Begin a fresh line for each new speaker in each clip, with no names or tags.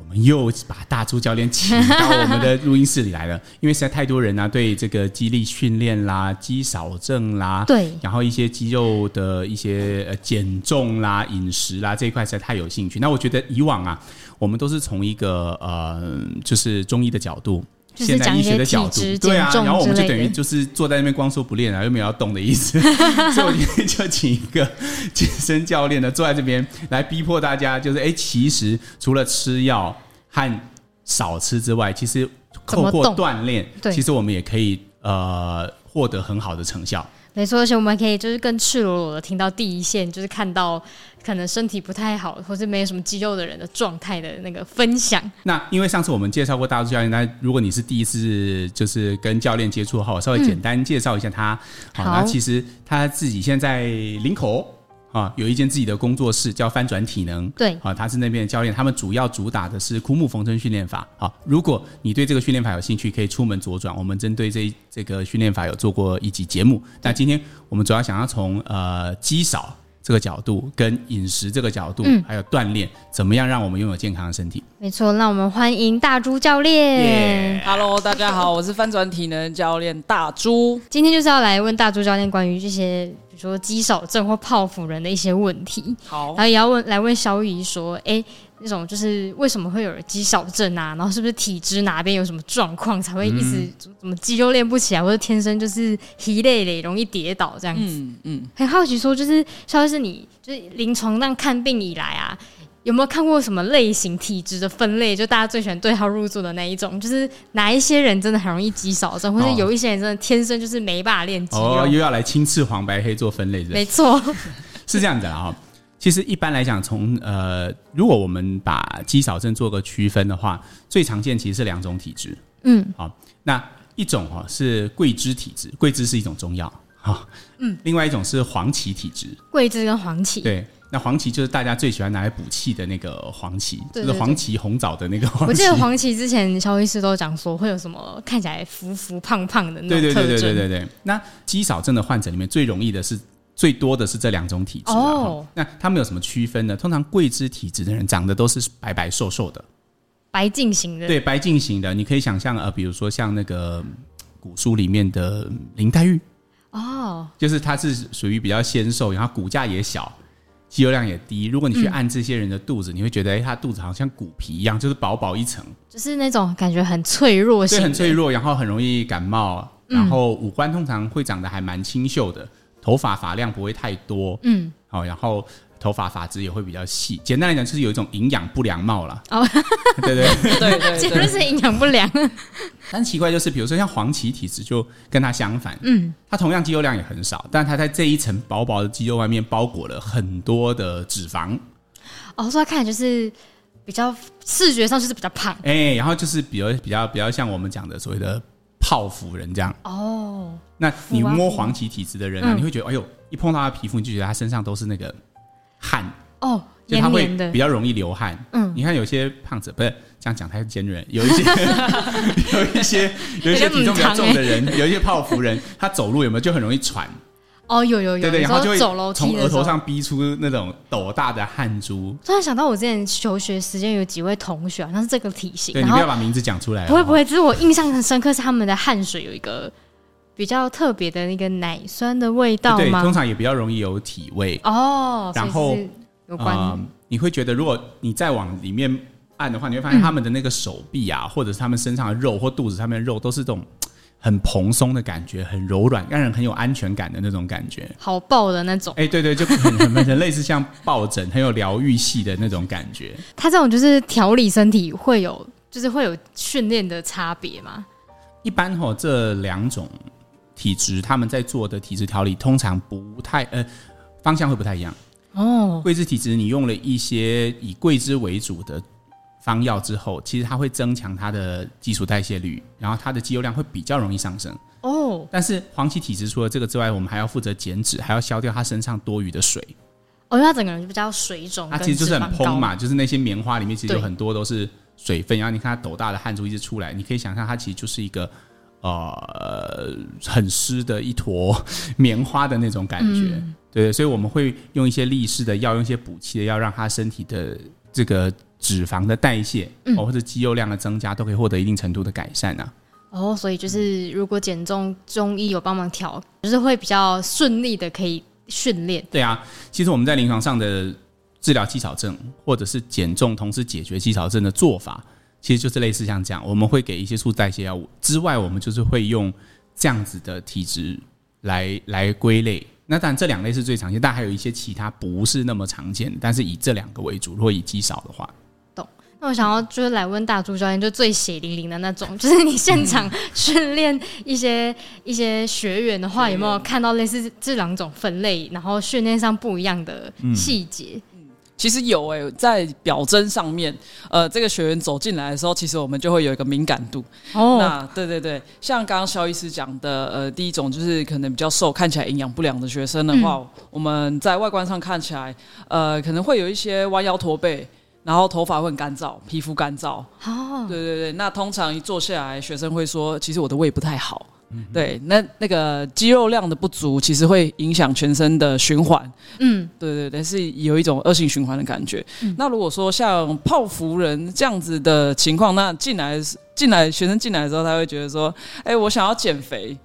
我们又把大猪教练请到我们的录音室里来了，因为实在太多人呢、对这个肌力训练啦、肌少症啦，
对
然后一些肌肉的一些呃减重啦、饮食啦这一块实在太有兴趣。那我觉得以往啊，我们都是从一个呃，就是中医的角度。
就是
现代
讲一
医学
些
的
体
角度，
质
对啊，
减重
然后我们
之
就
类
等于
的
就是坐在那边光说不练啊，又没有要动的意 思，所以我今天就请一个健身教练呢坐在这边来逼迫大家，就是哎、诶其实除了吃药和少吃之外，其实
怎
透
么
过
动
锻炼，
对
其实我们也可以呃获得很好的成效。
没错，而且我们可以就是更赤裸裸的听到第一线，就是看到可能身体不太好或是没有什么肌肉的人的状态的那个分享。
那因为上次我们介绍过大陆教练，那如果你是第一次就是跟教练接触的话，我稍微简单介绍一下他。好，
好
那其实他自己现在林口啊有一间自己的工作室叫翻转体能。
对
啊，他是那边的教练，他们主要主打的是枯木逢春训练法。好，如果你对这个训练法有兴趣，可以出门左转。我们针对这一这个训练法有做过一集节目。那今天我们主要想要从呃肌少这个角度，跟饮食这个角度，
嗯
还有锻炼，怎么样让我们拥有健康的身体。
没错，那我们欢迎大猪教练。
Hello，大家好，我是翻转体能教练大猪。
今天就是要来问大猪教练关于这些，比如说肌少症或泡芙人的一些问题，
好
哦
然，后也要问来问小雨说，哎、那种就是为什么会有人肌少症啊？然后是不是体质哪边有什么状况才会一
嗯
直怎么肌肉练不起来，或者天生就是疲累累，容易跌倒这样子？
嗯嗯，
很好奇说，就是肖医师，你就是临床上看病以来啊，有没有看过什么类型体质的分类？就大家最喜欢对号入座的那一种，就是哪一些人真的很容易肌少症，或者
哦
有一些人真的天生就是没办法练肌肉。
哦，又要来亲赤黄白黑做分类是不是
没错，
是这样子啦哈、其实一般来讲，从呃，如果我们把肌少症做个区分的话，最常见其实是两种体质。
嗯，
好、那一种哈、哦、是桂枝体质，桂枝是一种中药哈、嗯，另外一种是黄芪体质，
桂枝跟黄芪，
对。那黄芪就是大家最喜欢拿来补气的那个黄芪，
对
就
对
是
对
黄芪红枣的那个黄芪。
我记得黄芪之前肖医师都讲说会有什么看起来浮浮胖胖的那
对对
种特
对
征，
对对对对。那肌少症的患者里面最容易的是最多的是这两种体质、啊、
哦
哈那他们有什么区分呢？通常桂枝体质的人长得都是白白瘦瘦的，
白净型的，
对白净型的，你可以想象呃，比如说像那个嗯古书里面的嗯林黛玉，
哦，
就是她是属于比较纤瘦，然后骨架也小。肌肉量也低，如果你
嗯
去按这些人的肚子，你会觉得，哎、她肚子好像骨皮一样，就是薄薄一层，
就是那种感觉很脆弱
对，
型的，
很脆弱，然后很容易感冒，
嗯
然后五官通常会长得还蛮清秀的，头发发量不会太多，
嗯，
好、然后头发发质也会比较细。简单来讲，就是有一种营养不良貌啦。
哦，
对对。
对
结
对
论
对，
是营养不良，
但奇怪就是，比如说像黄芪体质就跟它相反，
嗯，
它同样肌肉量也很少，但它在这一层薄薄的肌肉外面包裹了很多的脂肪，
哦，说他看起来就是比较视觉上就是比较胖
哎，然后就是比较比较比较像我们讲的所谓的泡芙人这样。
哦，
那你
服啊
摸
服
黄芪体质的人啊，
嗯
你会觉得，哎呦，一碰到他的皮肤，你就觉得他身上都是那个汗，
哦，
就
黏
他会
黏的
比，较容易流汗。
嗯
你看有些胖子，不是这样讲太尖锐，有一 些有一些有一些
有点欸
体重比较
母汤
重的人，有一些泡芙人，他走路有没有就很容易喘？
哦，有有有，
对对，然
有时
后
候
就
走楼
会
梯
从额
的时
头
候。
上逼出那种斗大的汗珠。
突然想到，我之前求学时间有几位同学，好像是这个体型，
对
然
你不
后
要把名字讲出来哦，
不会不会，只是我印象很深刻是他们的汗水有一个比较特别的那个奶酸的味道
对，通
吗？
常也比较容易有体味。
哦，所以
然后
是有关
呃你会觉得，如果你再往里面按的话，你会发现他们的那个手臂啊，或者是他们身上的肉或肚子上面的肉，都是这种嘖很蓬松的感觉，很柔软，让人很有安全感的那种感觉。
好爆的那种，
哎、对对，就很很很类似像抱枕，很有疗愈系的那种感觉。
他这种就是调理身体会有，就是会有训练的差别吗？
一般哈、这两种体质，他们在做的体质调理通常不太呃方向会不太一样。
哦，
桂枝体质，你用了一些以桂枝为主的方药之后，其实它会增强它的基础代谢率，然后它的肌肉量会比较容易上升。
哦，
但是黄芪体质除了这个之外，我们还要负责减脂，还要消掉它身上多余的水。
哦，因为他整个人就比较水肿，
它
跟
啊其实就是很
脂肪高
嘭嘛，，就是那些棉花里面其实有
对
很多都是水分，啊然后你看它斗大的汗珠一直出来，你可以想象它其实就是一个呃很湿的一坨 棉花的那种感觉。
嗯
对，所以我们会用一些利湿的药，用一些补气的药，让它身体的这个脂肪的代谢、
嗯
哦，或者肌肉量的增加，都可以获得一定程度的改善啊。
哦，所以
嗯
就是如果减重，中医有帮忙调，就是会比较顺利的可以训练。
对啊，其实我们在临床上的治疗肌少症，或者是减重同时解决肌少症的做法，其实就是类似像这样，我们会给一些速代谢药物之外，我们就是会用这样子的体质来来归类。那当然，这两类是最常见，但还有一些其他不是那么常见，但是以这两个为主。如果以肌少的话，
那我想要就是来问大猪教练，就最血淋淋的那种，就是你现
嗯
场训练一些一些学员的话，有没有看到类似这两种分类，然后训练上不一样的
嗯
细节？
其实有诶、在表征上面，呃，这个学员走进来的时候，其实我们就会有一个敏感度。
哦，
那对对对，像刚刚肖医师讲的，呃，第一种就是可能比较瘦，看起来营养不良的学生的话，我们在外观上看起来，呃，可能会有一些弯腰驼背，然后头发会很干燥，皮肤干燥。
好，
对对对，那通常一坐下来，学生会说，其实我的胃不太好。对，那那个肌肉量的不足，其实会影响全身的循环。
嗯，
对对对，是有一种恶性循环的感觉。那如果说像泡芙人这样子的情况，那进来进来学生进来的时候，他会觉得说：“哎、我想要减肥。”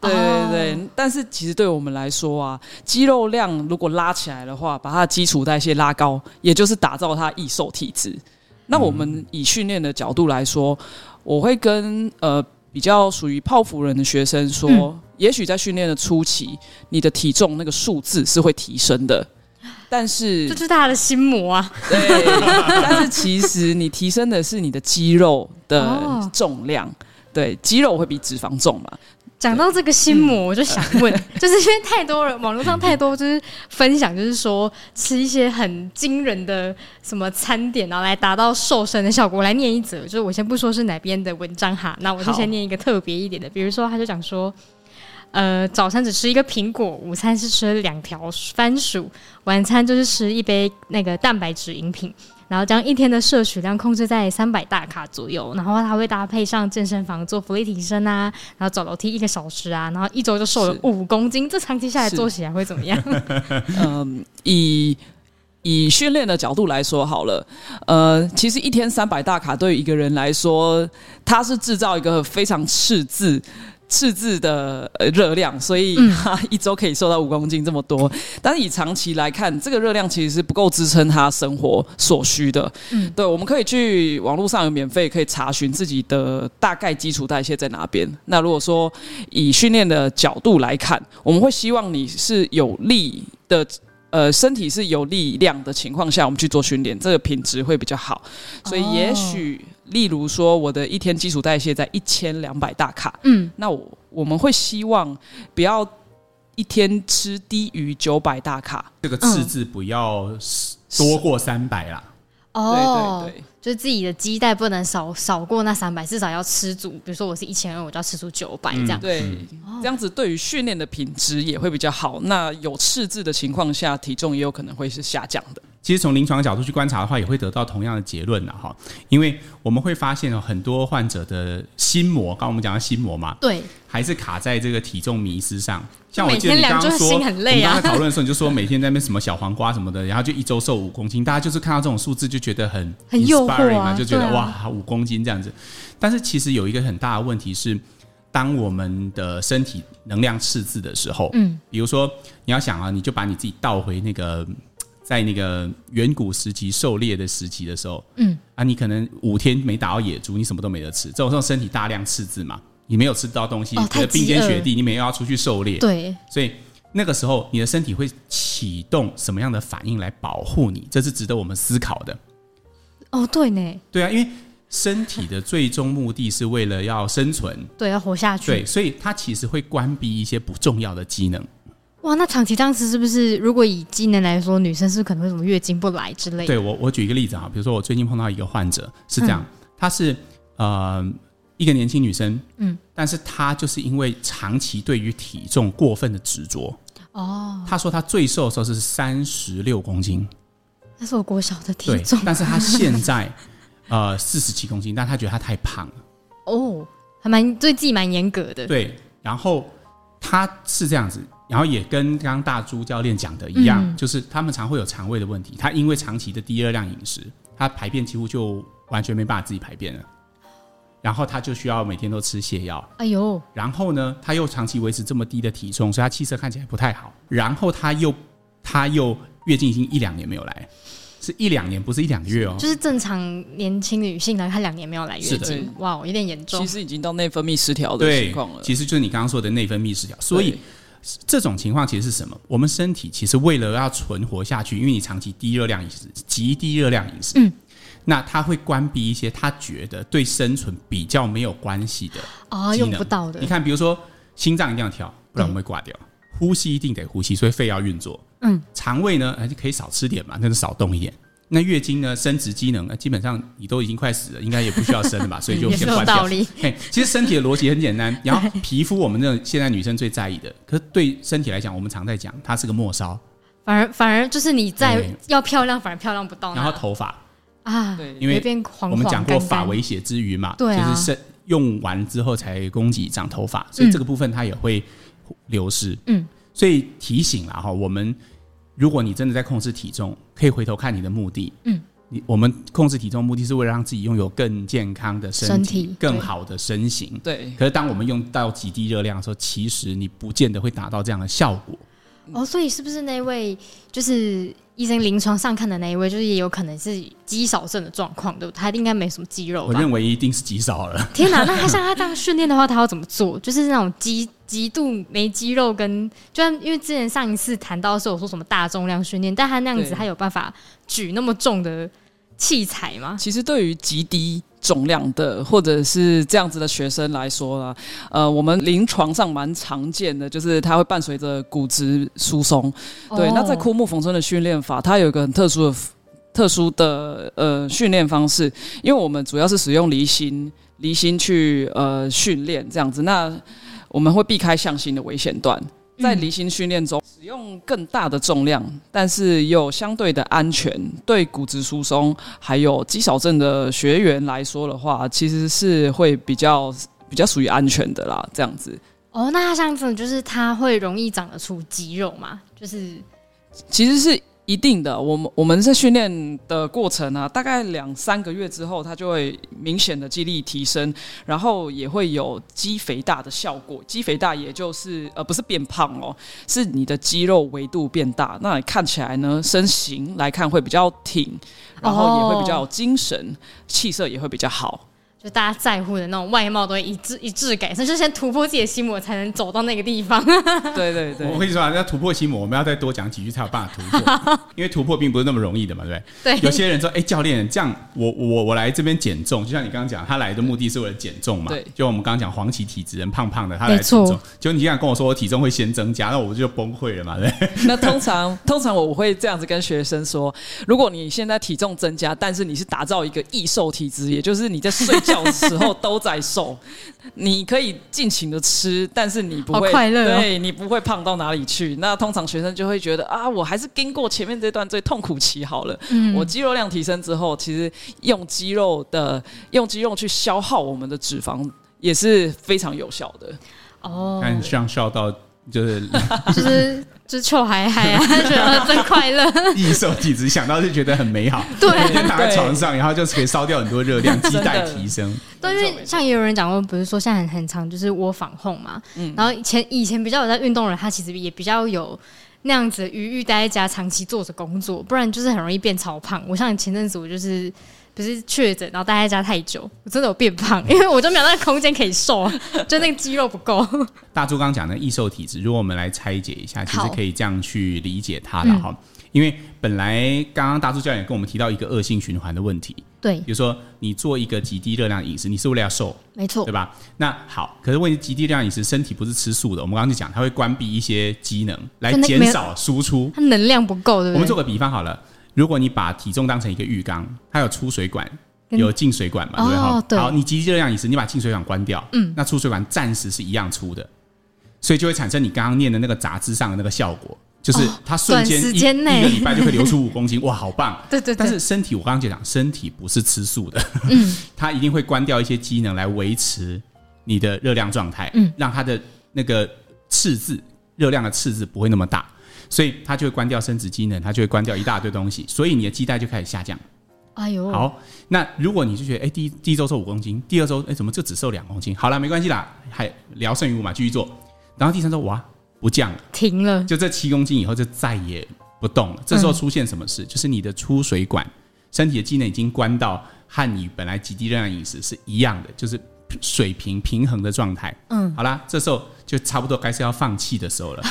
对对对，但是其实对我们来说啊，肌肉量如果拉起来的话，把它的基础代谢拉高，也就是打造它易瘦体质。那我们以训练的角度来说，我会跟呃比较属于泡芙人的学生说，
嗯
也许在训练的初期，你的体重那个数字是会提升的，但是
这就是他的心魔啊。
对，但是其实你提升的是你的肌肉的
哦
重量，对，肌肉会比脂肪重嘛，
讲到这个心魔，我就想问，就是因为太多人网络上太多就是分享，就是说吃一些很惊人的什么餐点，然后来达到瘦身的效果。我来念一则，就是我先不说是哪边的文章哈，那我就
好
先念一个特别一点的，比如说他就讲说。呃，早餐只吃一个苹果，午餐是吃两条番薯，晚餐就是吃一杯那个蛋白质饮品，然后将一天的摄取量控制在三百大卡左右，然后它会搭配上健身房做浮力挺身啊，然后走楼梯一个小时啊，然后一周就瘦了
是
五公斤，这长期下来
是
做起来会怎么 样？
嗯，以以训练的角度来说好了，呃，其实一天三百大卡对于一个人来说，它是制造一个非常赤字。赤字的呃热量，所以 他一周可以瘦到五公斤这么多。但是以长期来看，这个热量其实是不够支撑他生活所需的。嗯，对，我们可以去网络上有免费可以查询自己的大概基础代谢在哪边。那如果说以训练的角度来看，我们会希望你是有力的。呃，身体是有力量的情况下，我们去做训练，这个品质会比较好。所以，也许、例如说，我的一天基础代谢在一千两百大卡，
嗯，
那我我们会希望不要一天吃低于九百大卡。
这个赤字不要多过三百啦。
对对对，
哦就是自己的基带不能少少过那三百，至少要吃足。比如说我是一千二，我就要吃足九百这样。
对，这样子对于训练的品质也会比较好。那有赤字的情况下，体重也有可能会是下降的。
其实从临床角度去观察的话，也会得到同样的结论的哈，因为我们会发现哦，很多患者的心魔，刚刚我们讲到心魔嘛，
对，
还是卡在这个体重迷失上。像我
每
记得你
天量
刚刚
就
说，
心很累啊
我们刚才讨论的时候，你就说每天在那边什么小黄瓜什么的，然后就一周瘦五公斤，大家就是看到这种数字就觉得很
很诱惑啊
inspiring 嘛，就觉得、
对啊
哇五公斤这样子。但是其实有一个很大的问题是，当我们的身体能量赤字的时候，嗯，比如说你要想啊，你就把你自己倒回那个。在那个远古时期狩猎的时期的时候，嗯啊，你可能五天没打到野猪，你什么都没得吃，这种这种身体大量赤字嘛，你没有吃到东西，
哦
你觉得
太饥
冰天
饿
雪地，你每天要出去狩猎，
对，
所以那个时候你的身体会启动什么样的反应来保护你？这是值得我们思考的。
哦，对呢，
对啊，因为身体的最终目的是为了要生存，
对，要活下去。
对，所以它其实会关闭一些不重要的机能。
哇，那长期这样吃是不是？如果以机能来说，女生是不是可能会什么月经不来之类的？
对我，我举一个例子啊，比如说我最近碰到一个患者是这样，
嗯
她是呃一个年轻女生，嗯，但是她就是因为长期对于体重过分的执着，
哦，
他说他最瘦的时候是三十六公斤，
那是我国小的体
对
重，
但是他 现在呃四十七公斤，但他觉得他太胖了。
哦，还蛮对自己蛮严格的，
对，然后他是这样子，然后也跟刚刚大朱教练讲的一样，
嗯
就是他们常会有肠胃的问题。他因为长期的低热量饮食，他排便几乎就完全没办法自己排便了，然后他就需要每天都吃泻药。
哎呦，
然后呢，他又长期维持这么低的体重，所以他气色看起来不太好。然后他又他又月经已经一两年没有来，是一两年，不是一两个月哦。
就是正常年轻的女性来，她两年没有来
是
月
的
经，哇，有点严重
其。实已经到内分泌失调的
对
情况了，。
其实就是你刚刚说的内分泌失调。所以
对
这种情况其实是什么？我们身体其实为了要存活下去，因为你长期低热量饮食、极低热量饮食，嗯，那它会关闭一些它觉得对生存比较没有关系的
啊，
机能
用不到的
你，看，比如说心脏一定要跳，不然我们会挂
嗯
掉；呼吸一定得呼吸，所以肺要运作。
嗯，
肠胃呢，还是可以少吃点嘛，那就少动一点。那月经呢，生殖机能，呃基本上你都已经快死了，应该也不需要生了 吧，所以就
也是
先
有
关
道
掉。
理。
嘿，其实身体的逻辑很简单。然后皮肤，我们这种现在女生最在意的，可是对身体来讲，我们常在讲它是个末梢。
反而反而就是你在
对
要漂亮，反而漂亮不到那。
然后头发，
啊，
对
因为
哦有点黄黄
我们讲过
干干
发为血之余嘛，
对啊
就是是用完之后才供给长头发，所以这个部分它也会流失。
嗯，
所以提醒了哈，我们如果你真的在控制体重，可以回头看你的目的。
嗯。
你我们控制体重目的是为了让自己拥有更健康的身
身
体、
体
更
对
好的身形。
对，
可是当我们用到极低热量的时候，其实你不见得会达到这样的效果。
哦，所以是不是那位就是医生临床上看的那一位，就是也有可能是肌少症的状况，对不对？他应该没什么肌肉
哦
我
吧？
认为一定是极少了。
天 哪，那他像他这样训练的话，他要怎么做？就是那种极极度没肌肉跟，就像因为之前上一次谈到的时候，我说什么大重量训练，但他那样子，
对
他有办法举那么重的器材 吗？
其实对于极低重量的或者是这样子的学生来说呢，呃，我们临床上蛮常见的，就是它会伴随着骨质疏松。对，
哦
那在枯木逢春的训练法，它有一个很特殊的。特殊的呃训练方式，因为我们主要是使用离心离心去呃训练这样子，那我们会避开向心的危险段，在离心训练中使用更大的重量，但是又相对的安全，对骨质疏松还有肌少症的学员来说的话，其实是会比较比较属于安全的啦，这样子。
哦，那他像这种就是他会容易长得出肌肉吗？就是
其实是一定的。我们我们在训练的过程啊，大概两三个月之后，它就会明显的肌力提升，然后也会有肌肥大的效果。肌肥大也就是呃，不是变胖哦，是你的肌肉维度变大，那你看起来呢，身形来看会比较挺，然后也会比较有
哦
精神，气色也会比较好。
就大家在乎的那种外貌都会一致一致改善，就先突破自己的心魔，才能走到那个地方。
对对对，
我跟你说啊，要突破心魔，我们要再多讲几句才有办法突破，因为突破并不是那么容易的嘛，对不 对？
对，
有些人说，哎、教练，这样我我我来这边减重，就像你刚刚讲，他来的目的是为了减重嘛？
对
就我们刚刚讲黄芪体质人胖胖的，他来
没
减重
错，
就你这样跟我说我体重会先增加，那我就崩溃了嘛，对不对？
那通常通常我会这样子跟学生说：，如果你现在体重增加，但是你是打造一个易瘦体质，也就是你在睡觉的时候都在瘦， 你可以尽情的吃，但是你不
好
会
快乐哦
对你不会胖到哪里去。那通常学生就会觉得啊，我还是经过前面这段最痛苦期好了。
嗯
我肌肉量提升之后，其实用肌肉的用肌肉去消耗我们的脂肪也是非常有效的。
哦，
看像笑到就是
就是就是臭嗨嗨啊，觉得真 快乐。
易瘦体质，想到就觉得很美好，
对
每天躺在床上，然后就是可以烧掉很多 热量，基带提升。
对，因为像也有人讲过，不是说现在很很常就是窝房控嘛，
嗯
然后以前以前比较有在运动的人，他其实也比较有。那样子的余裕待在家，长期坐着工作，不然就是很容易变超胖。我像前阵子我就是不是确诊，然后待在家太久，我真的有变胖， 因为我就没有那个空间可以瘦啊，就那个肌肉不够。
大猪刚刚讲的易瘦体质，如果我们来拆解一下，其实
好嗯
可以这样去理解它了哈。因为本来刚刚大猪教练也跟我们提到一个恶性循环的问题，
对
比，如说你做一个极低热量饮食，你是为了要瘦，
没错
对，吧？那好，可是问题极低热量饮食，身体不是吃素的，我们刚刚就讲它会关闭一些机能来
真的
减
没有
少输出。
它能量不够，对不对？
我们做个比方好了，如果你把体重当成一个浴缸，它有出水管。
跟
有进水管嘛？对不对？
哦
哈
对
好，你极低热量饮食，你把进水管关掉，嗯，那出水管暂时是一样出的，所以就会产生你刚刚念的那个杂志上的那个效果，就是它瞬间
哦短时
一、
间内
一个礼拜就可以流出五公斤，哇，好棒！
对对对嗯
但是身体，我刚刚就讲，身体不是吃素的， 它一定会关掉一些机能来维持你的热量状态，嗯，让它的那个赤字热量的赤字不会那么大，所以它就会关掉生殖机能，它就会关掉一大堆东西，
嗯
所以你的基代就开始下降。
哎呦，
好，那如果你就觉得，哎、第一第一周瘦五公斤，第二周，哎、怎么就只瘦两公斤？好了，没关系啦，还聊胜于无嘛，继续做。然后第三周，哇，不降了，
停了，
就这七公斤以后就再也不动了。这时候出现什么事？就是你的出水管，身体的机能已经关到和你本来极低热量饮食是一样的，就是水平平衡的状态。嗯，好啦，这时候就差不多该是要放弃的时候了。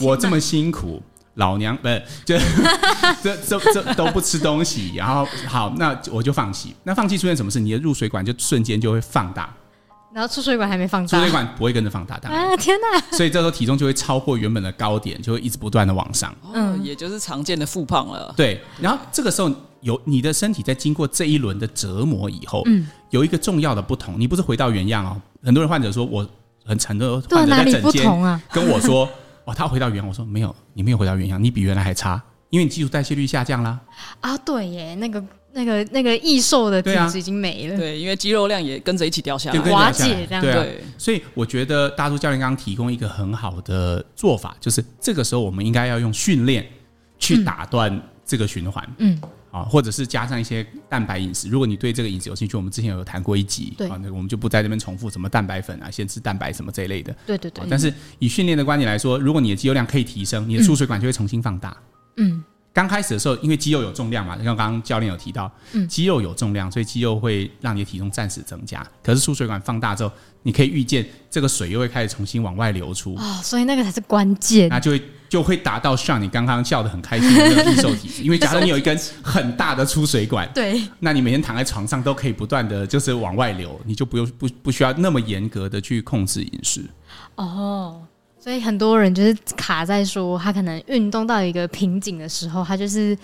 我这么辛苦。老娘不是，就 这这这都不吃东西，然后好，那我就放弃。那放弃出现什么事？你的入水管就瞬间就会放大，
然后出水管还没放
出
大
水管不会跟着放大， 当然
啊！天哪，
所以这时候体重就会超过原本的高点，就会一直不断的往上。
嗯，也就是常见的复胖了。
对，然后这个时候有你的身体在经过这一轮的折磨以后，
嗯
有一个重要的不同，你不是回到原样哦。很多人患者说我很很多
对啊
患者在
哪里
诊
不
间
同啊
跟我说，哦，他回到原样，我说没有，你没有回到原样，你比原来还差，因为你基础代谢率下降啦。
啊，对耶，那个那个那个易瘦的体
对啊
质已经没了，
对，因为肌肉量也跟着一起掉下
就
来。
跟
瓦
人家下来
解这样
对啊
对，
所以我觉得大叔教练刚刚提供一个很好的做法，就是这个时候我们应该要用训练去打断这个循环，
嗯，
啊，或者是加上一些蛋白饮食。如果你对这个饮食有兴趣，我们之前有谈过一集，
对
啊，那个我们就不在这边重复什么蛋白粉啊、先吃蛋白什么这一类的。
对对
啊
对，
但是以训练的观点来说，如果你的肌肉量可以提升，你的出水管就会重新放大。
嗯，
刚开始的时候，因为肌肉有重量嘛，像刚刚教练有提到，
嗯
肌肉有重量，所以肌肉会让你的体重暂时增加。可是出水管放大之后，你可以预见这个水又会开始重新往外流出，
哦，所以那个才是关键
那就会就会达到像你刚刚笑得很开心的那个易 瘦体质。因为假设你有一根很大的出水管，
对，
那你每天躺在床上都可以不断的就是往外流，你就不用不不需要那么严格的去控制饮 食。
哦。所以很多人就是卡在说，他可能运动到一个瓶颈的时候，他就是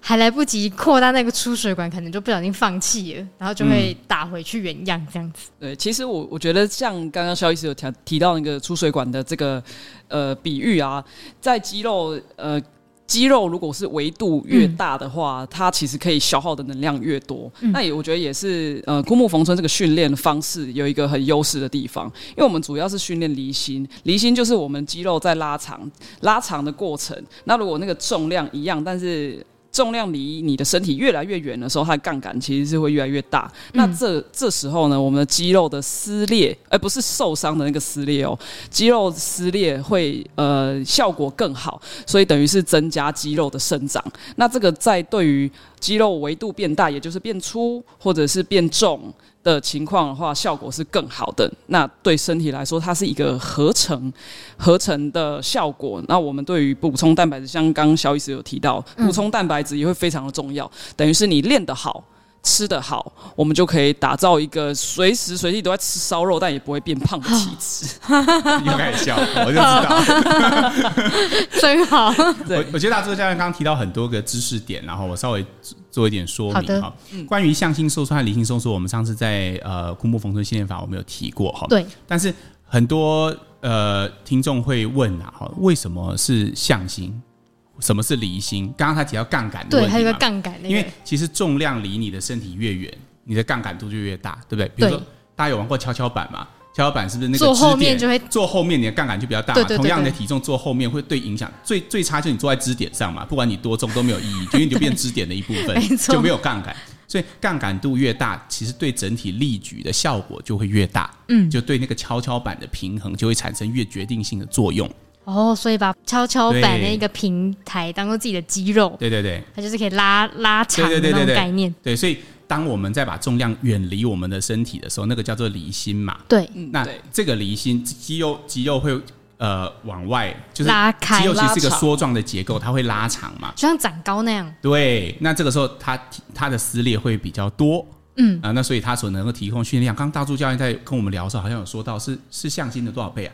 还来不及扩大那个出水管，可能就不小心放弃了，然后就会
嗯
打回去原样这样子。
对，呃其实我我觉得像刚刚肖医师有提提到那个出水管的这个呃比喻啊，在肌肉呃肌肉如果是维度越大的话，它其实可以消耗的能量越多。那也我觉得也是呃枯木逢春这个训练的方式有一个很优势的地方，因为我们主要是训练离心，离心就是我们肌肉在拉长拉长的过程。那如果那个重量一样，但是重量离你的身体越来越远的时候，它的杠杆其实是会越来越大。那这这时候呢，我们的肌肉的撕裂，而、不是受伤的那个撕裂哦，肌肉撕裂会呃效果更好，所以等于是增加肌肉的生长。那这个在对于肌肉维度变大，也就是变粗或者是变重的情况的话，效果是更好的。那对身体来说，它是一个合成合成的效果。那我们对于补充蛋白质，像刚刚小医师有提到，补充蛋白质也会非常的重要，等于是你练得好。吃得好，我们就可以打造一个随时随地都在吃烧肉，但也不会变胖的体质。
啊
又开始笑，我就知道。
真好，
我我觉得大周教练刚刚提到很多个知识点，然后我稍微做一点说
好
明
的
哈。关于向心收缩和离心收缩，我们上次在呃枯木逢春训练法我们有提过哈。
对，
但是很多呃听众会问啊，哈，为什么是向心？什么是离心？刚刚他提到杠杆的问
对，
题
还有一个
嘛
杠杆那
因为
个，
其实重量离你的身体越远，你的杠杆度就越大，对不对？比如说
对
大家有玩过跷跷板嘛？跷跷板是不是那个
坐后
支点
面就会
坐后面，你的杠杆就比较大嘛？
对对对
同样的
对
体重坐后面会对影响最最差就是你坐在支点上嘛，不管你多重都没有意义，因为你就变支点的一部分
没，错
就没有杠杆。所以杠杆度越大，其实对整体力举的效果就会越大，嗯，就对那个跷跷板的平衡就会产生越决定性的作用。
哦，所以把跷跷板
对
那个平台当做自己的肌肉，
对对对，
它就是可以拉拉长
对
的
对对
那
对
种
对
概念。
对，所以当我们在把重量远离我们的身体的时候，那个叫做离心嘛，
对，
嗯，
那
对
这个离心肌肉肌肉会呃往外，就是
拉开
肌肉其实是个
拉长
梭状的结构，它会拉长嘛。
就像长高那样。
对，那这个时候它它的撕裂会比较多，嗯啊、那所以它所能够提供训练量，刚刚大柱教练在跟我们聊的时候，好像有说到是是向心的多少倍啊？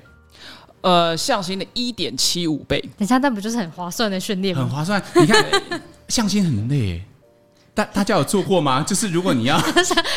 呃，向心的一点七五倍，
等一下，那不就是很划算的训练
很
吗？
划算。你看 向心很累耶，大大家有做过吗？ 就是如果你要
他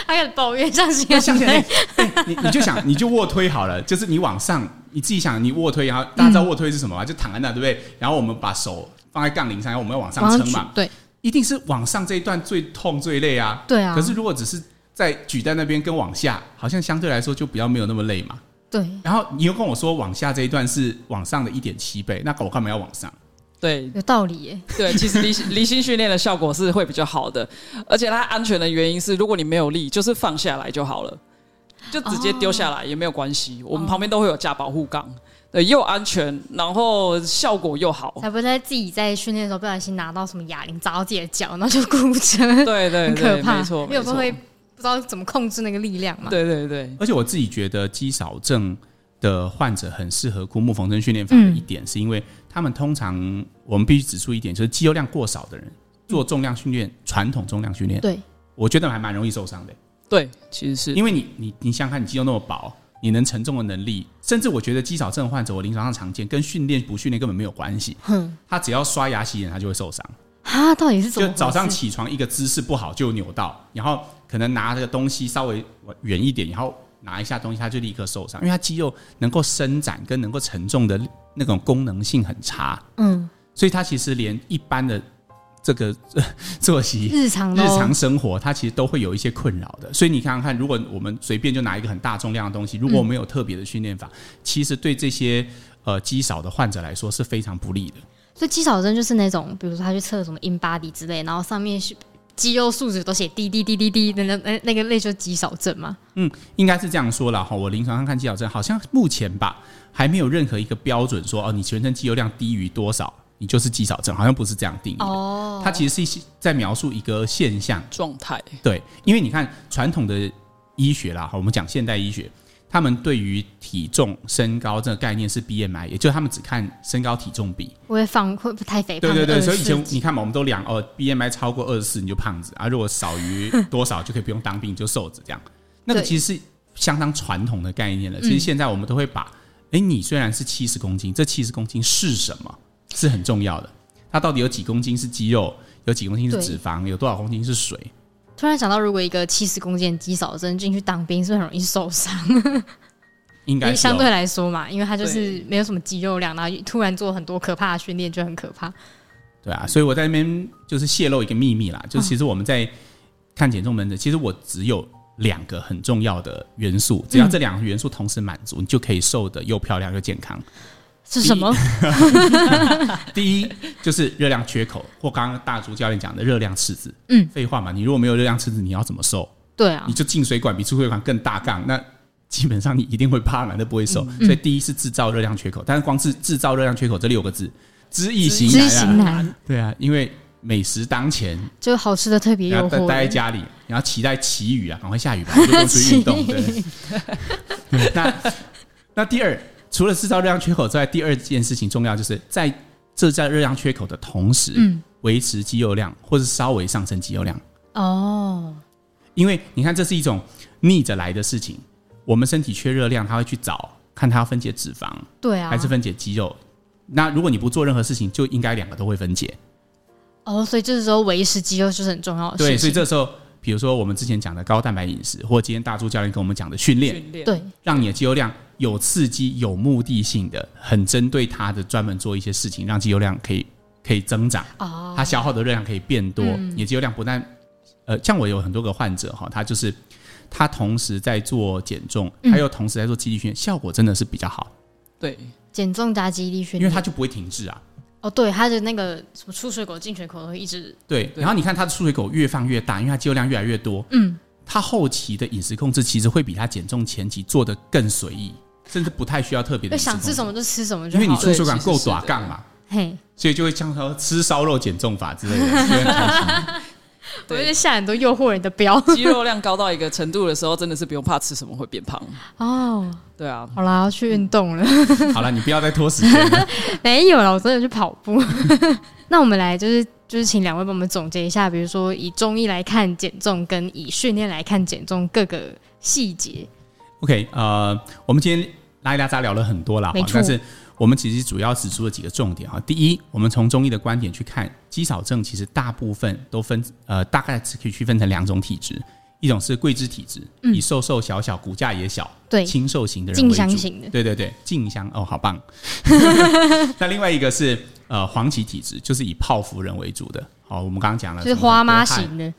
开始抱怨上行
那向前，哎、你你就想，你就卧推好了，就是你往上你自己想，你卧推，然后大家知道卧推是什
嗯
么吗？就躺在那，对不对？然后我们把手放在杠铃上，然后我们要往上
往上
撑
举
嘛，
对
一定是往上这一段最痛最累啊。
对啊
可是如果只是在举在那边跟往下，好像相对来说就比较没有那么累嘛。
对，
然后你又跟我说往下这一段是往上的一点七倍，那我干嘛要往上？
对
有道理耶。
对，其实离离心训练的效果是会比较好的，而且它安全的原因是，如果你没有力，就是放下来就好了，就直接丢下来也没有关系。
哦
我们旁边都会有架保护杠，对，又安全，然后效果又
哦
好。
才不会在自己在训练的时候不小心拿到什么哑铃砸到自己的脚，然后就骨折，
对对
很可
对，
怕。
没错，
因为
没
有时
错
候。会不知道怎么控制那个力量嘛。
对对对，
而且我自己觉得肌少症的患者很适合枯木缝针训练法
嗯
的一点，是因为他们通常我们必须指出一点，就是肌肉量过少的人做重量训练，传统重量训练，
对
我觉得还蛮容易受伤的，
对，其实是
因为你你你想想看，你肌肉那么薄。你能承重的能力，甚至我觉得肌少症患者，我临床上常见，跟训练不训练根本没有关系。
哼，
他只要刷牙洗脸，他就会受伤。
啊，到底是怎么
就
回事？
早上起床一个姿势不好就扭到，然后可能拿这个东西稍微远一点，然后拿一下东西，他就立刻受伤，因为他肌肉能够伸展跟能够承重的那种功能性很差，
嗯，
所以他其实连一般的这个 作息。
日常
日
咯
常生活，它其实都会有一些困扰的，所以你看看，如果我们随便就拿一个很大重量的东西，如果没有特别的训练法，其实对这些呃肌少的患者来说是非常不利的。
所以肌少症就是那种，比如说他去测什么 in body 之类，然后上面是肌肉数值都写滴滴滴滴滴的那那那个类就是肌少症嘛。
应该是这样说啦哈。我临床上看肌少症，好像目前吧，还没有任何一个标准说哦，你全身肌肉量低于多少，你就是肌少症，好像不是这样定义的。
哦，
它其实是一些在描述一个现象，
状态。
对，因为你看传统的医学啦，哈，我们讲现代医学，他们对于体重、身高这个概念是 BMI，也就是他们只看身高体重比。
我会放会不太肥胖
对
的24
对
级。
对，所以以前你看嘛，我们都量哦，BMI 超过二十四你就胖子啊，如果少于多少就可以不用当兵，你就瘦子这样。那个
对嗯
其实是相当传统的概念了。其实现在我们都会把，哎，你虽然是七十公斤，这七十公斤是什么是很重要的，它到底有几公斤是肌肉，有几公斤是
对
脂肪，有多少公斤是水？
突然想到，如果一个七十公斤的肌少症进去当兵，是不是很容易受伤？
应
因为
该是、
相对
哦、
来说嘛，因为他就是没有什么肌肉量，然后突然做很多可怕的训练就很可怕。
对啊，所以我在那边就是泄露一个秘密啦，就是其实我们在看减重门诊，其实我只有两个很重要的元素，只要这两个元素同时满足，你就可以瘦的又漂亮又健康。
是 什么？
第一就是热量缺口，或刚刚大竹教练讲的热量赤字。
嗯，
废话嘛，你如果没有热量赤字，你要怎么瘦？
对啊
你，就进水管比出水管更大杠，那基本上你一定会怕嘛，那不会瘦。所以第一是制造热量缺口，但是光是制造热量缺口这六个字，知易行
知
难
行
啊。
难，
对啊，因为美食当前，
就好吃的特别
然后
诱
待
惑
待在
人。
家里，然后期待祈雨啊，赶快下雨吧，就不用出去运动。对， 那那第二，除了制造热量缺口之外，第二件事情重要就是在制造热量缺口的同时，
嗯
维持肌肉量或是稍微上升肌肉量，
哦，
因为你看这是一种逆着来的事情。我们身体缺热量，它会去找看它要分解脂肪
对啊
还，是分解肌肉。那如果你不做任何事情，就应该两个都会分解。
哦，所以这时候维持肌肉哦就是很重要的事情。
对，所以这时候，比如说我们之前讲的高蛋白饮食，或今天大柱教练跟我们讲的训练，
训练
对
让你的肌肉量有刺激、有目的性的，很针对它的，专门做一些事情，让肌肉量可以可以增长，
哦，嗯
它消耗的热量可以变多，你的肌肉量不但呃，像我有很多个患者哈，他就是他同时在做减重，
嗯
还有同时在做肌力训练，效果真的是比较好，
对，
减重加肌力训
因为
练
他。就不会停滞啊。
哦，对，他的那个什么出水口、进水口都会一直
对，
对
然后你看他的出水口越放越大，因为他肌肉量越来越多，
嗯，
他后期的饮食控制其实会比他减重前期做的更随意，甚至不太需要特别的饮
就
食
想
控制
吃什么就吃什么就
因
好
为你
了。
出水管
对
够
其实是
短
的
杠嘛，
嘿，
所以就会像说吃烧肉减重法之类的，就会很开心
我
对
觉得下很多诱惑人的标
肌肉量高到一个程度的时候，真的是不用怕吃什么会变胖。
哦。
对啊，
好啦，要去运动了。
好了，你不要再拖时间了。
没有了，我真的去跑步。 那我们来就是就是请两位帮我们总结一下，比如说以中医来看减重，跟以训练来看减重各个细节。
OK，呃，我们今天拉一拉杂聊了很多啦，
没
哈
错
但是我们其实主要指出了几个重点哈。第一，我们从中医的观点去看，肌少症其实大部分都分呃大概是可以区分成两种体质，一种是贵肢体质，以瘦瘦小小、骨架也小、
嗯对
清瘦型的人
静
为
香
主。
型的
对对对，静香哦，好 棒。 那另外一个是呃黄芪体质，就是以泡芙人为主的。好，我们刚刚讲了
就是
什么
花妈
什么
型的。
啊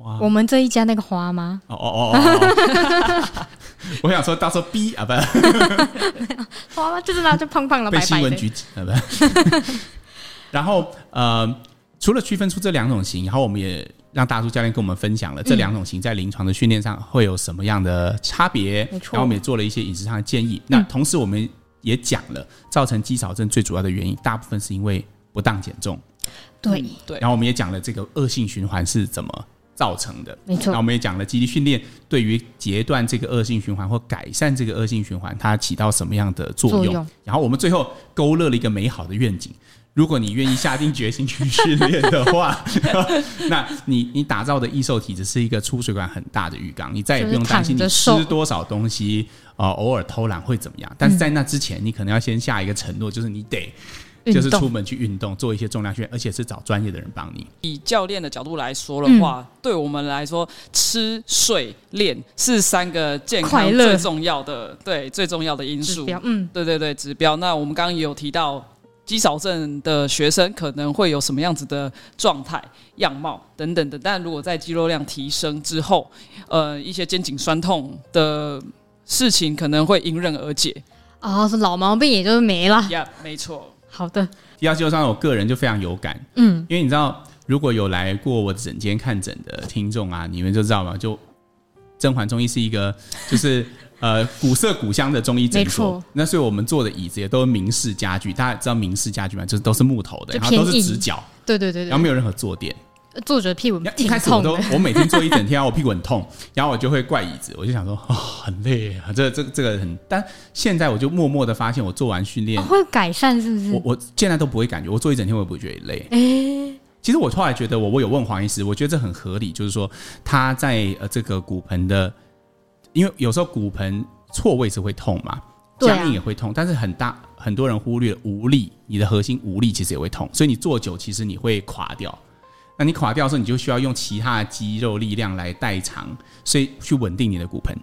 哇
我们这一家那个花妈，
哦哦哦哦哦！ 我想说到时候 B 啊，不
花妈就是那就胖胖了，
被
白
新
白
闻
的。
局啊不。 然后呃，除了区分出这两种型，然后我们也让大叔教练跟我们分享了
嗯
这两种型在临床的训练上会有什么样的差别，
没错嗯
然后我们也做了一些饮食上的建议。那同时我们也讲了造成肌少症最主要的原因，大部分是因为不当减重。
对，
对
然，后我们也讲了这个恶性循环是怎么造成的，
没错
那我们也讲了肌力训练对于截断这个恶性循环或改善这个恶性循环，它起到什么样的作用。
作用
然后我们最后勾勒了一个美好的愿景。如果你愿意下定决心去训练的话， 那你你打造的易瘦体质是一个出水管很大的浴缸，你再也不用担心
就
你
是躺着
吃
瘦
多少东西，呃，偶尔偷懒会怎么样。但是在那之前，你可能要先下一个承诺，就是你得
运
就是
动
出门去运动，做一些重量训练，而且是找专业的人帮你。
以教练的角度来说的
嗯
话，对我们来说，吃、睡、练是三个健
快
康
乐
最重要的，对最重要的因
指
素。
标，嗯，
对对对，指标。那我们刚刚也有提到，肌少症的学生可能会有什么样子的状态、样貌等等的。但如果在肌肉量提升之后，呃，一些肩颈酸痛的事情可能会迎刃而解。
哦，是老毛病也就是没了。
呀、没错，
好的，
第二肌肉酸痛，我个人就非常有感，
嗯，
因为你知道，如果有来过我诊间看诊的听众啊，你们就知道嘛，就甄嬛中医是一个就是 呃古色古香的中医诊
没
所
错，
那所以我们坐的椅子也都是明式家具，大家知道明式家具吗？就是都是木头的，
就
然后都是
偏硬
直角，
对对对
然后
对，
没有任何坐垫。
作者屁股
你看一
挺
开始我
痛
都
的，
我每天坐一整天，然后我屁股很痛，然后我就会怪椅子，我就想说哦很累啊，这这这个很，但现在我就默默的发现，我做完训练
哦会改善是不是
我？我现在都不会感觉，我做一整天我也不会觉得累。
哎
其实我后来觉得我，我有问黄医师，我觉得这很合理，就是说他在呃这个骨盆的，因为有时候骨盆错位是会痛嘛，
对啊
僵硬也会痛，但是很大很多人忽略了无力，你的核心无力其实也会痛，所以你坐久其实你会垮掉。那你垮掉的时候，你就需要用其他的肌肉力量来代偿，所以去稳定你的骨盆。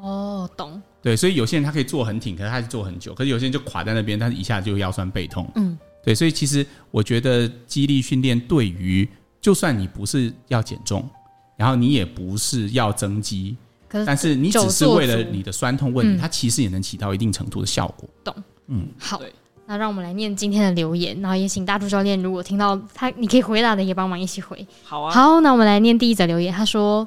哦，懂，
对，所以有些人他可以坐很挺，可是他就坐很久；可是有些人就垮在那边，但是一下就腰酸背痛。嗯，对，所以其实我觉得肌力训练对于，就算你不是要减重，然后你也不是要增肌，
可是
但是你只
久
是
坐
为了
族
你的酸痛问题，
嗯
它其实也能起到一定程度的效果。
好
对。
那让我们来念今天的留言，然后也请大柱教练，如果听到他你可以回答的，也帮忙一起回。
好啊，
好，那我们来念第一则留言。他说，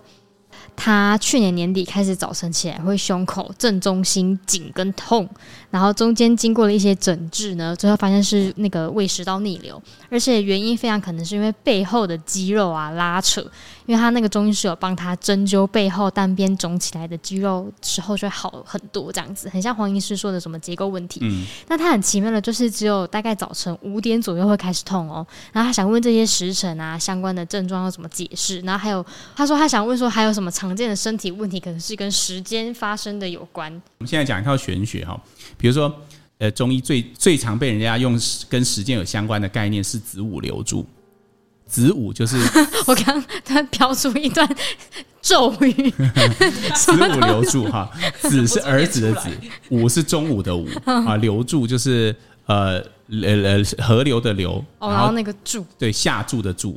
他去年年底开始早晨起来会胸口、正中心紧跟痛，然后中间经过了一些诊治呢，最后发现是那个胃食道逆流，而且原因非常可能是因为背后的肌肉啊拉扯，因为他那个中医师有帮他针灸背后单边肿起来的肌肉之后就会好很多，这样子很像黄医师说的什么结构问题。
嗯，
那他很奇妙的就是，只有大概早晨五点左右会开始痛哦。然后他想问这些时辰啊，相关的症状要怎么解释？然后还有，他说他想问说，还有什么常见的身体问题，可能是跟时间发生的有关？
我们现在讲一套玄学哈，比如说，呃，中医最最常被人家用跟时间有相关的概念是子午流注。子午就是
我刚刚突然飘出一段咒语，
子午流注哈，子是儿子的子，午是中午的午啊，流注就是呃呃呃河流的流，
哦，
然
然后
后
那个柱
对下注的注，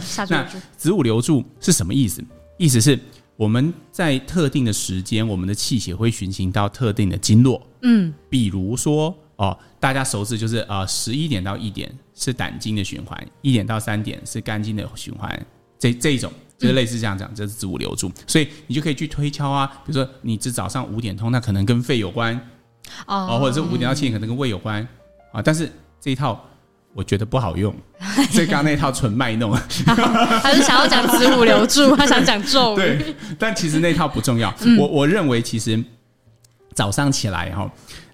下注
那
的柱，
子午流注是什么意思？意思是我们在特定的时间，我们的气血会循行到特定的经络。嗯，比如说哦，大家熟知就是呃，十一点到一点是胆经的循环，一点到三点是肝经的循环，这这一种。就是类似这样讲，这是子午流注，所以你就可以去推敲啊。比如说，你只早上五点通，那可能跟肺有关啊、
哦，
或者是五点到七点可能跟胃有关啊。但是这一套我觉得不好用，所以刚刚那一套纯卖弄。
他是想要讲子午流 注，他想讲咒语，
对，但其实那套不重要。我我认为其实早上起来哈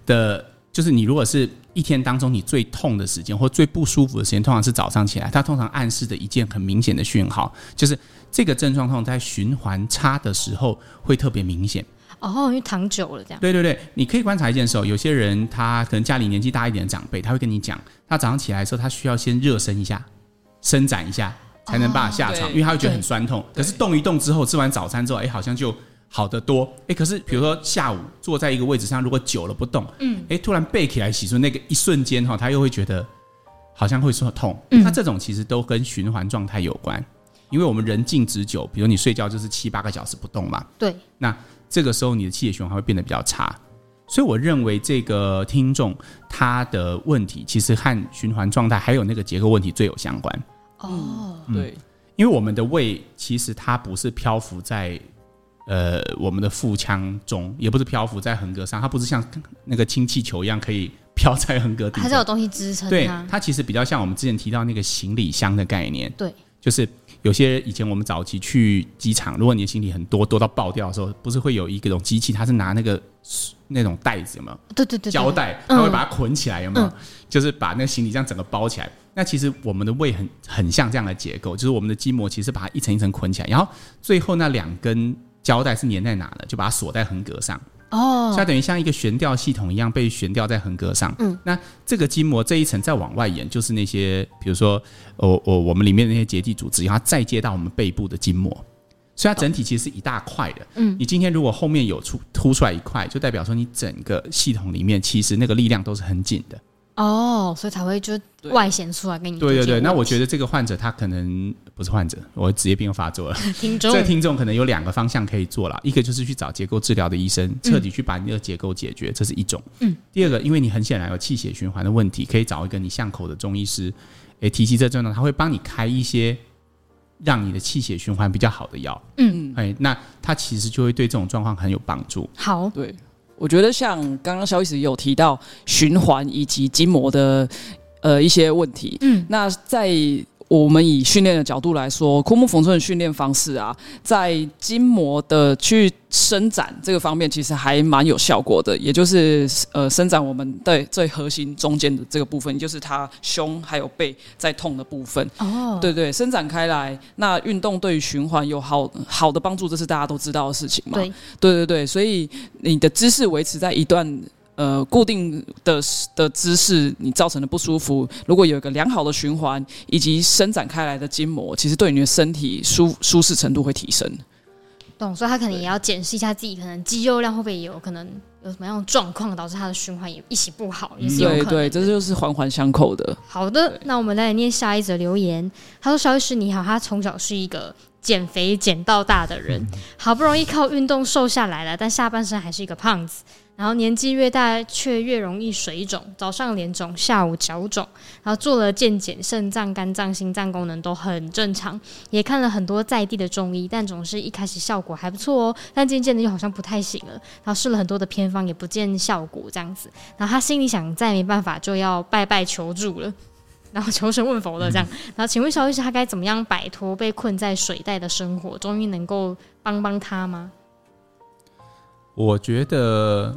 的，就是你如果是一天当中你最痛的时间或最不舒服的时间，通常是早上起来，它通常暗示的一件很明显的讯号，就是这个症状痛在循环差的时候会特别明显。
哦，因为躺久了这样，
对对对，你可以观察一件事哦，有些人他可能家里年纪大一点的长辈，他会跟你讲，他早上起来的时候，他需要先热身一下，伸展一下，才能把它下场，
对
因为他会觉得很酸痛。可是动一动之后，吃完早餐之后，哎，好像就好得多。哎，可是比如说下午坐在一个位置上，如果久了不动，嗯，哎，突然背起来洗漱，那个一瞬间哈，他又会觉得好像会说痛。那这种其实都跟循环状态有关，因为我们人静止久，比如你睡觉就是七八个小时不动嘛，
对，
那这个时候你的气血循环会变得比较差。所以我认为这个听众他的问题其实和循环状态还有那个结构问题最有相关。嗯
哦，
对，
因为我们的胃其实它不是漂浮在呃我们的腹腔中，也不是漂浮在横膈上，它不是像那个氢气球一样可以 飘在横膈底
还是
下。
有东西支撑
对
它，。
它其实比较像我们之前提到那个行李箱的概念。
对，
就是有些以前我们早期去机场，如果你的行李很多多到爆掉的时候，不是会有一个种机器，它是拿那个那种袋子有没有？
对对对，对
胶，带，
嗯
它会把它捆起来，有没有？就是把那个行李这样整个包起来。那其实我们的胃很很像这样的结构，就是我们的筋膜其实把它一层一层捆起来，然后最后那两根胶带是粘在哪的，就把它锁在横膈上，所以
哦，
它等于像一个悬吊系统一样被悬吊在横膈上。嗯，那这个筋膜这一层再往外延，就是那些比如说我我我们里面的那些结缔组织，然后再接到我们背部的筋膜。所以它整体其实是一大块的，嗯，你今天如果后面有出凸出来一块，就代表说你整个系统里面其实那个力量都是很紧的，
哦，所以才会就
对
外显出来给你。
对对对。那我觉
得
得这个患者他可能不是患者，我职业病又发作了，
听众
这，听众可能有两个方向可以做了，一个就是去找结构治疗的医生，彻底去把你的结构解决，这是一种。嗯。第二个，因为你很显然有气血循环的问题，可以找一个你巷口的中医师，诶，提及这症状，他会帮你开一些让你的气血循环比较好的药。嗯。哎，那他其实就会对这种状况很有帮助。
好，
对，我觉得像刚刚肖医师有提到循环以及筋膜的呃一些问题，
嗯，
那在我们以训练的角度来说，枯木缝针的训练方式啊，在筋膜的去伸展这个方面，其实还蛮有效果的。也就是呃，伸展我们对最核心中间的这个部分，也就是它胸还有背在痛的部分。
哦，
对对，伸展开来，那运动对于循环有好好的帮助，这是大家都知道的事情嘛。
对，
对对对，所以你的姿势维持在一段呃固定的的呃姿势，你造成的不舒服，如呃果有一个良好的循环以及伸展开来的筋膜，其实对你的身体舒舒适程度会提升。
懂，所以他可能也要检视一下自己，可能肌肉量会不会也有可能有什么样的状况，导致他的循环也一起不好，
嗯
也是有可
嗯对
能。
对，这就是环环相扣的。
好的，那我们来念下一则留言。他说：“肖医师你好，他从小是一个减肥减到大的人，好不容易靠运动瘦下来了，但下半身还是一个胖子。然后年纪越大，却越容易水肿，早上脸肿，下午脚肿。然后做了健检，肾脏、肝脏、心脏功能都很正常，也看了很多在地的中医，但总是一开始效果还不错哦，但渐渐的又好像不太行了。然后试了很多的偏方，也不见效果，这样子。然后他心里想，再没办法就要拜拜求助了。”然后求神问佛的这样。然后请问肖医师，他该怎么样摆脱被困在水袋的生活？中医能够帮帮他吗？
我觉得，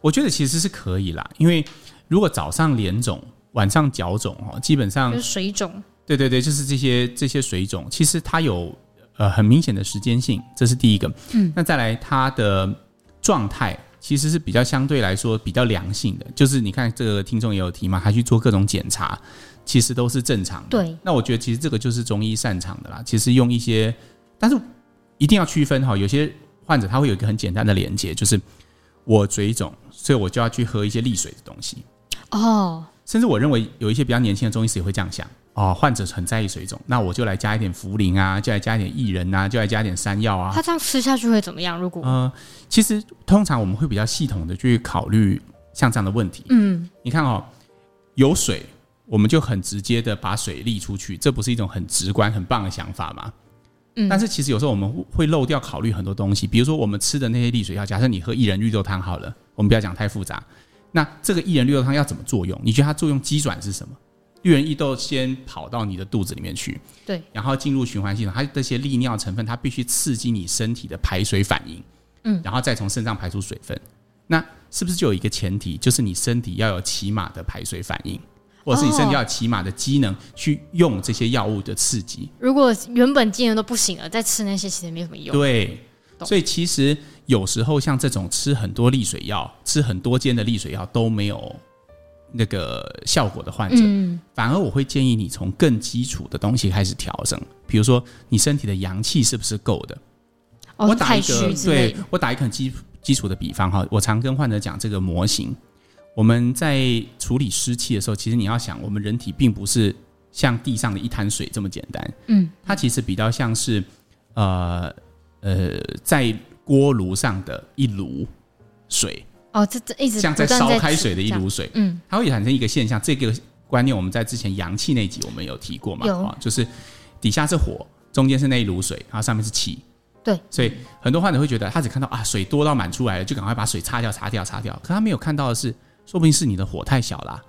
我觉得其实是可以啦，因为如果早上脸肿，晚上脚肿哦，基本上
就是水肿，
对对对，就是这些这些水肿，其实它有呃很明显的时间性，这是第一个。嗯，那再来它的状态其实是比较相对来说比较良性的，就是你看这个听众也有提嘛，他去做各种检查，其实都是正常的。
对，
那我觉得其实这个就是中医擅长的啦，其实用一些，但是一定要区分哈，有些患者他会有一个很简单的连接，就是我水肿，所以我就要去喝一些利水的东西。
哦，
甚至我认为有一些比较年轻的中医师也会这样想哦，患者很在意水肿，那我就来加一点茯苓啊，就来加一点薏仁啊，就来加一点山药啊
他。这样吃下去会怎么样？如果、
呃，其实通常我们会比较系统的去考虑像这样的问题。
嗯，
你看哦，有水，我们就很直接的把水沥出去，这不是一种很直观、很棒的想法吗？
嗯
但是其实有时候我们会漏掉考虑很多东西，比如说我们吃的那些利水药，假设你喝薏仁绿豆汤好了，我们不要讲太复杂。那这个薏仁绿豆汤要怎么作用？你觉得它作用机转是什么？薏仁绿豆先跑到你的肚子里面去，
对，
然后进入循环系统，它这些利尿成分，它必须刺激你身体的排水反应，嗯，然后再从肾脏排出水分。那是不是就有一个前提，就是你身体要有起码的排水反应，或者是你身体要有起码的机能去用这些药物的刺激？
如果原本经营都不行了，再吃那些其实没什么用。
对，
懂
所以其实有时候像这种吃很多利水药、吃很多间的利水药都没有那个效果的患者。
嗯
反而我会建议你从更基础的东西开始调整，比如说你身体的阳气是不是够的？
哦，
我打
太
一
虚
个，
之
对
类的，
我打一个很基基础的比方哈，我常跟患者讲这个模型。我们在处理湿气的时候，其实你要想，我们人体并不是像地上的一滩水这么简单，
嗯，
它其实比较像是呃呃在锅炉上的一炉水，
哦，这这一直
像在
不断
烧开水的一
这样
炉水，
嗯，
它会产生一个现象，这个观念我们在之前阳气那集我们有提过嘛？
有
啊，就是底下是火，中间是那一炉水，然后上面是气。
对，
所以很多患者会觉得他只看到啊水多到满出来了，就赶快把水擦掉、擦掉、擦掉。可他没有看到的是，说不定是你的火太小啦，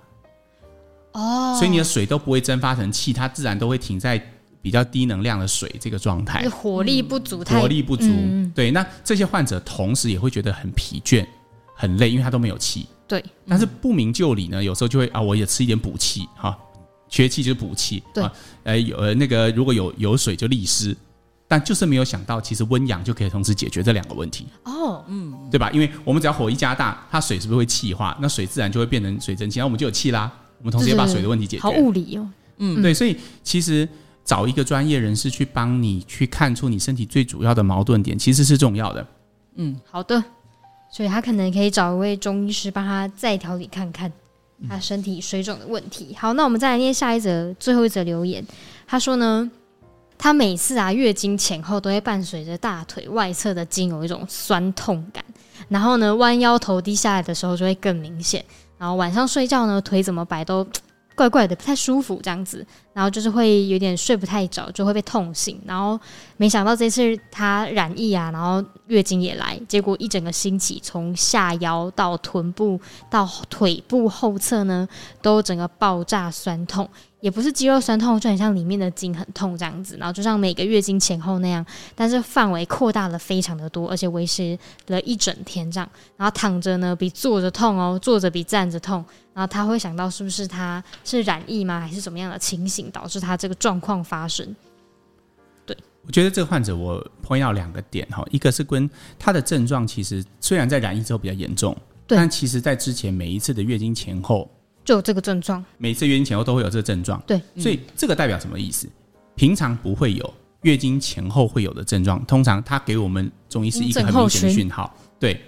哦，
所以你的水都不会蒸发成气，它自然都会停在比较低能量的水这个状态
就是。火力不足，太
活力不足，
嗯
对，那这些患者同时也会觉得很疲倦、很累，因为他都没有气。
对，
但是不明就里呢，有时候就会啊，我也吃一点补气哈、缺气就是补气，
对
啊，呃有呃那个如果有有水就利湿，但就是没有想到，其实温阳就可以同时解决这两个问题，
哦，
对吧？因为我们只要火一加大，它水是不是会气化？那水自然就会变成水蒸气，那我们就有气啦。我们同时也把水的问题解决，
好物理哦，
对，所以其实找一个专业人士去帮你去看出你身体最主要的矛盾点，其实是重要的。
好的，所以他可能可以找一位中医师帮他再调理看看他身体水肿的问题。好，那我们再来念下一则最后一则留言。他说呢，他每次啊月经前后都会伴随着大腿外侧的筋有一种酸痛感，然后呢弯腰头低下来的时候就会更明显，然后晚上睡觉呢腿怎么摆都。怪怪的，不太舒服这样子，然后就是会有点睡不太着，就会被痛醒，然后没想到这次她染疫啊，然后月经也来，结果一整个星期，从下腰到臀部到腿部后侧呢，都整个爆炸酸痛，也不是肌肉酸痛，就很像里面的筋很痛这样子，然后就像每个月经前后那样，但是范围扩大了非常的多，而且维持了一整天这样，然后躺着呢比坐着痛哦，坐着比站着痛，然后她会想到是不是她是染疫吗，还是怎么样的情形导致她这个状况发生？
我觉得这个患者我 point out 两个点哈，一个是跟他的症状其实虽然在染疫之后比较严重，
对
但其实在之前每一次的月经前后，
就有这个症状。
每次月经前后都会有这个症状。
对，嗯
所以这个代表什么意思？平常不会有，月经前后会有的症状，通常它给我们中医是一个
嗯
很明显的讯号。对，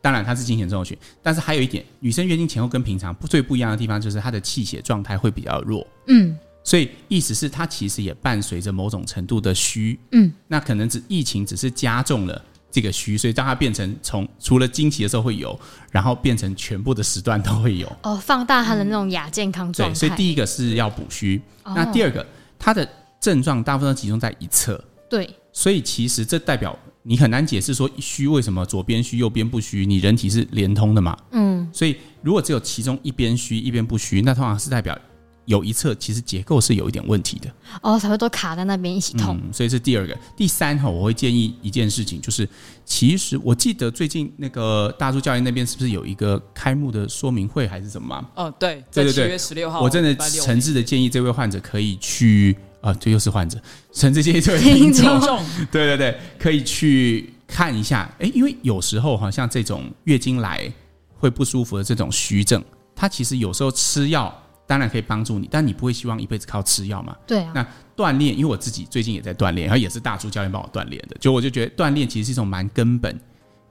当然它是经前症候群，但是还有一点，女生月经前后跟平常不最不一样的地方就是她的气血状态会比较弱。
嗯，
所以意思是它其实也伴随着某种程度的虚，
嗯，
那可能只疫情只是加重了这个虚，所以让它变成从除了经期的时候会有，然后变成全部的时段都会有。
哦，放大他的那种亚健康状
对，
态。
所以第一个是要补虚，
哦
那第二个它的症状大部分都集中在一侧，
对
所以其实这代表你很难解释说虚为什么左边虚右边不虚，你人体是连通的嘛，嗯，所以如果只有其中一边虚一边不虚，那通常是代表有一侧其实结构是有一点问题的。
哦，才会都卡在那边一起痛。
嗯，所以是第二个。第三哈，我会建议一件事情，就是其实我记得最近那个大猪教练那边是不是有一个开幕的说明会还是怎么嘛？
哦，对，
对
在
对
七
对
月十六号，
我真的
礼拜六
诚挚的建议这位患者可以去啊，这又是患者，诚挚建议这位听
听
众
众，
听众
对对对，可以去看一下。诶，因为有时候好像这种月经来会不舒服的这种虚症，它其实有时候吃药当然可以帮助你，但你不会希望一辈子靠吃药嘛。
对啊，
那锻炼，因为我自己最近也在锻炼，然后也是大猪教练帮我锻炼的，就我就觉得锻炼其实是一种蛮根本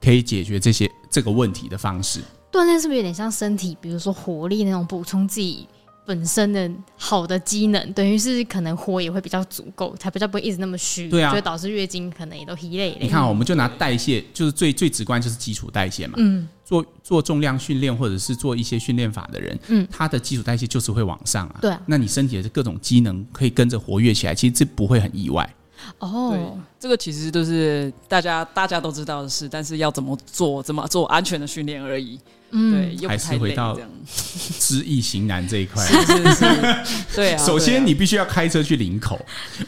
可以解决这些这个问题的方式。
锻炼是不是有点像身体，比如说活力那种补充自己本身的好的机能，等于是可能火也会比较足够，才比较不会一直那么虚，
对啊
就会导致月经可能也都疲累累。
你看、哦，我们就拿代谢，就是最最直观就是基础代谢嘛。嗯，做做重量训练或者是做一些训练法的人，嗯，他的基础代谢就是会往上啊。
对啊
那你身体的各种机能可以跟着活跃起来，其实这不会很意外。
对
哦，，
这个其实都是大家大家都知道的事，但是要怎么做，怎么做安全的训练而已。
嗯
对，又不
嗯还是
太
回
累
到
这样。
知易行难这一块，
是 是，对啊。
首先，
对啊
你必须要开车去林口。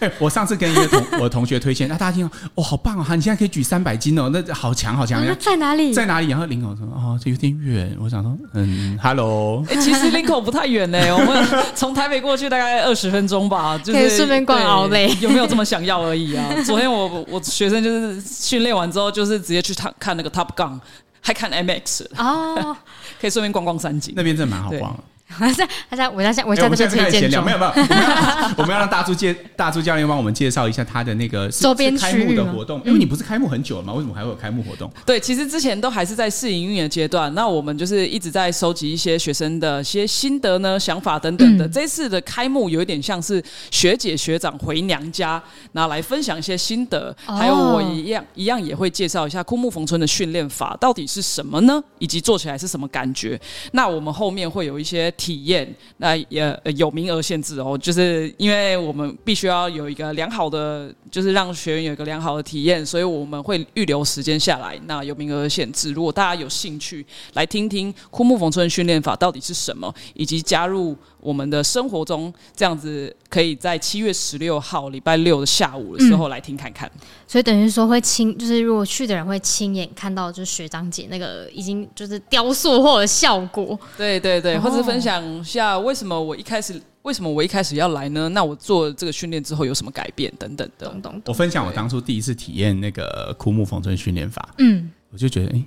哎、我上次跟一个同我的同学推荐，那大家听到，哦，好棒哦，哈你现在可以举三百斤哦，那好强好强
那。在哪里？
在哪里？然后林口说，哦，这有点远。我想说，嗯，Hello，
诶哎其实林口不 太远嘞，我们从台北过去大概二十分钟吧，就是
可以顺便逛
对
奥莱
有没有这么想要而已 啊？昨天我我学生就是训练完之后，就是直接去看看那个 Top Gun，还看 MX，
哦，
可以顺便逛逛三景。
那边真的蛮好逛的。
还在还在我在下我
哎
在
我们
这
现在
边
开始
推
闲
荐
聊，
中
没，有没有，我们要我们要让大柱介大柱教练帮我们介绍一下他的那个是
周边
是开
区
幕
域
的
吗嗯
活动，因为你不是开幕很久了吗？为什么还会有开幕活动？
对，其实之前都还是在试营运的阶段，那我们就是一直在收集一些学生的一些心得呢、想法等等的。这次的开幕有一点像是学姐学长回娘家，然后来分享一些心得，
哦
还有我一样一样也会介绍一下枯木逢春的训练法到底是什么呢，以及做起来是什么感觉。那我们后面会有一些体验，那也、呃有名额限制哦，就是因为我们必须要有一个良好的，就是让学员有一个良好的体验，所以我们会预留时间下来。那有名额限制，如果大家有兴趣来听听枯木逢春训练法到底是什么，以及加入我们的生活中，这样子可以在七月十六号礼拜六的下午的时候来听看看。
所以等于说会亲，就是如果去的人会亲眼看到，就是学长姐那个已经就是雕塑后的效果，
对对对，
哦
或者分享一下为什么我一开始为什么我一开始要来呢？那我做这个训练之后有什么改变等等的。
懂懂懂。
我分享我当初第一次体验那个枯木逢春训练法，
嗯，
我就觉得，哎、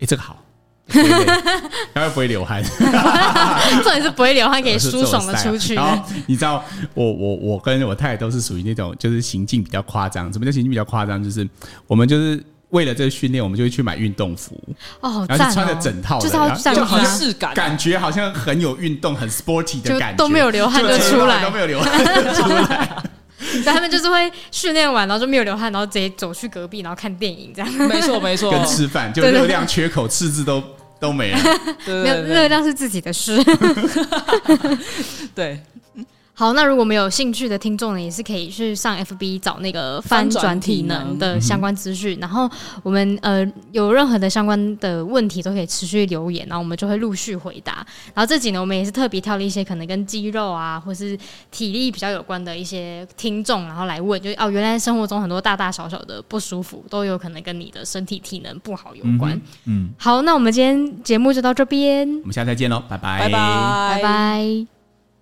哎、这个好，不会累然后又不会流汗，
重点是不会流汗， 可以
是这
舒
种
爽的
style
出去。
然后你知道，我我我跟我太太都是属于那种就是行径比较夸张。什么叫行径比较夸张？就是我们就是为了这个训练，我们就会去买运动服，
哦，好
然
赞
后
哦
就穿着整套的，
就是要
然后
这
就
样
好
好
仪
子啊
像
式感，
感觉好像很有运动、很 sporty 的
就
感觉，
都没有流汗哦就
就
出来
都没 有流汗就出来。
对，他们就是会训练完，然后就没有流汗，然后直接走去隔壁，然后看电影这样。
没错没错，
跟吃饭就
对对
热量缺口、赤字都都没了。
对
没有
对对
热量是自己的事。
对，
好，那如果没有兴趣的听众呢，也是可以去上 FB 找那个翻转体能的相关资讯。然后我们呃有任何的相关的问题都可以持续留言，然后我们就会陆续回答。然后这集呢，我们也是特别挑了一些可能跟肌肉啊或是体力比较有关的一些听众，然后来问，就是哦，原来生活中很多大大小小的不舒服都有可能跟你的身体体能不好有关。
嗯，
好，那我们今天节目就到这边，
我们下次再见喽，
拜拜
拜拜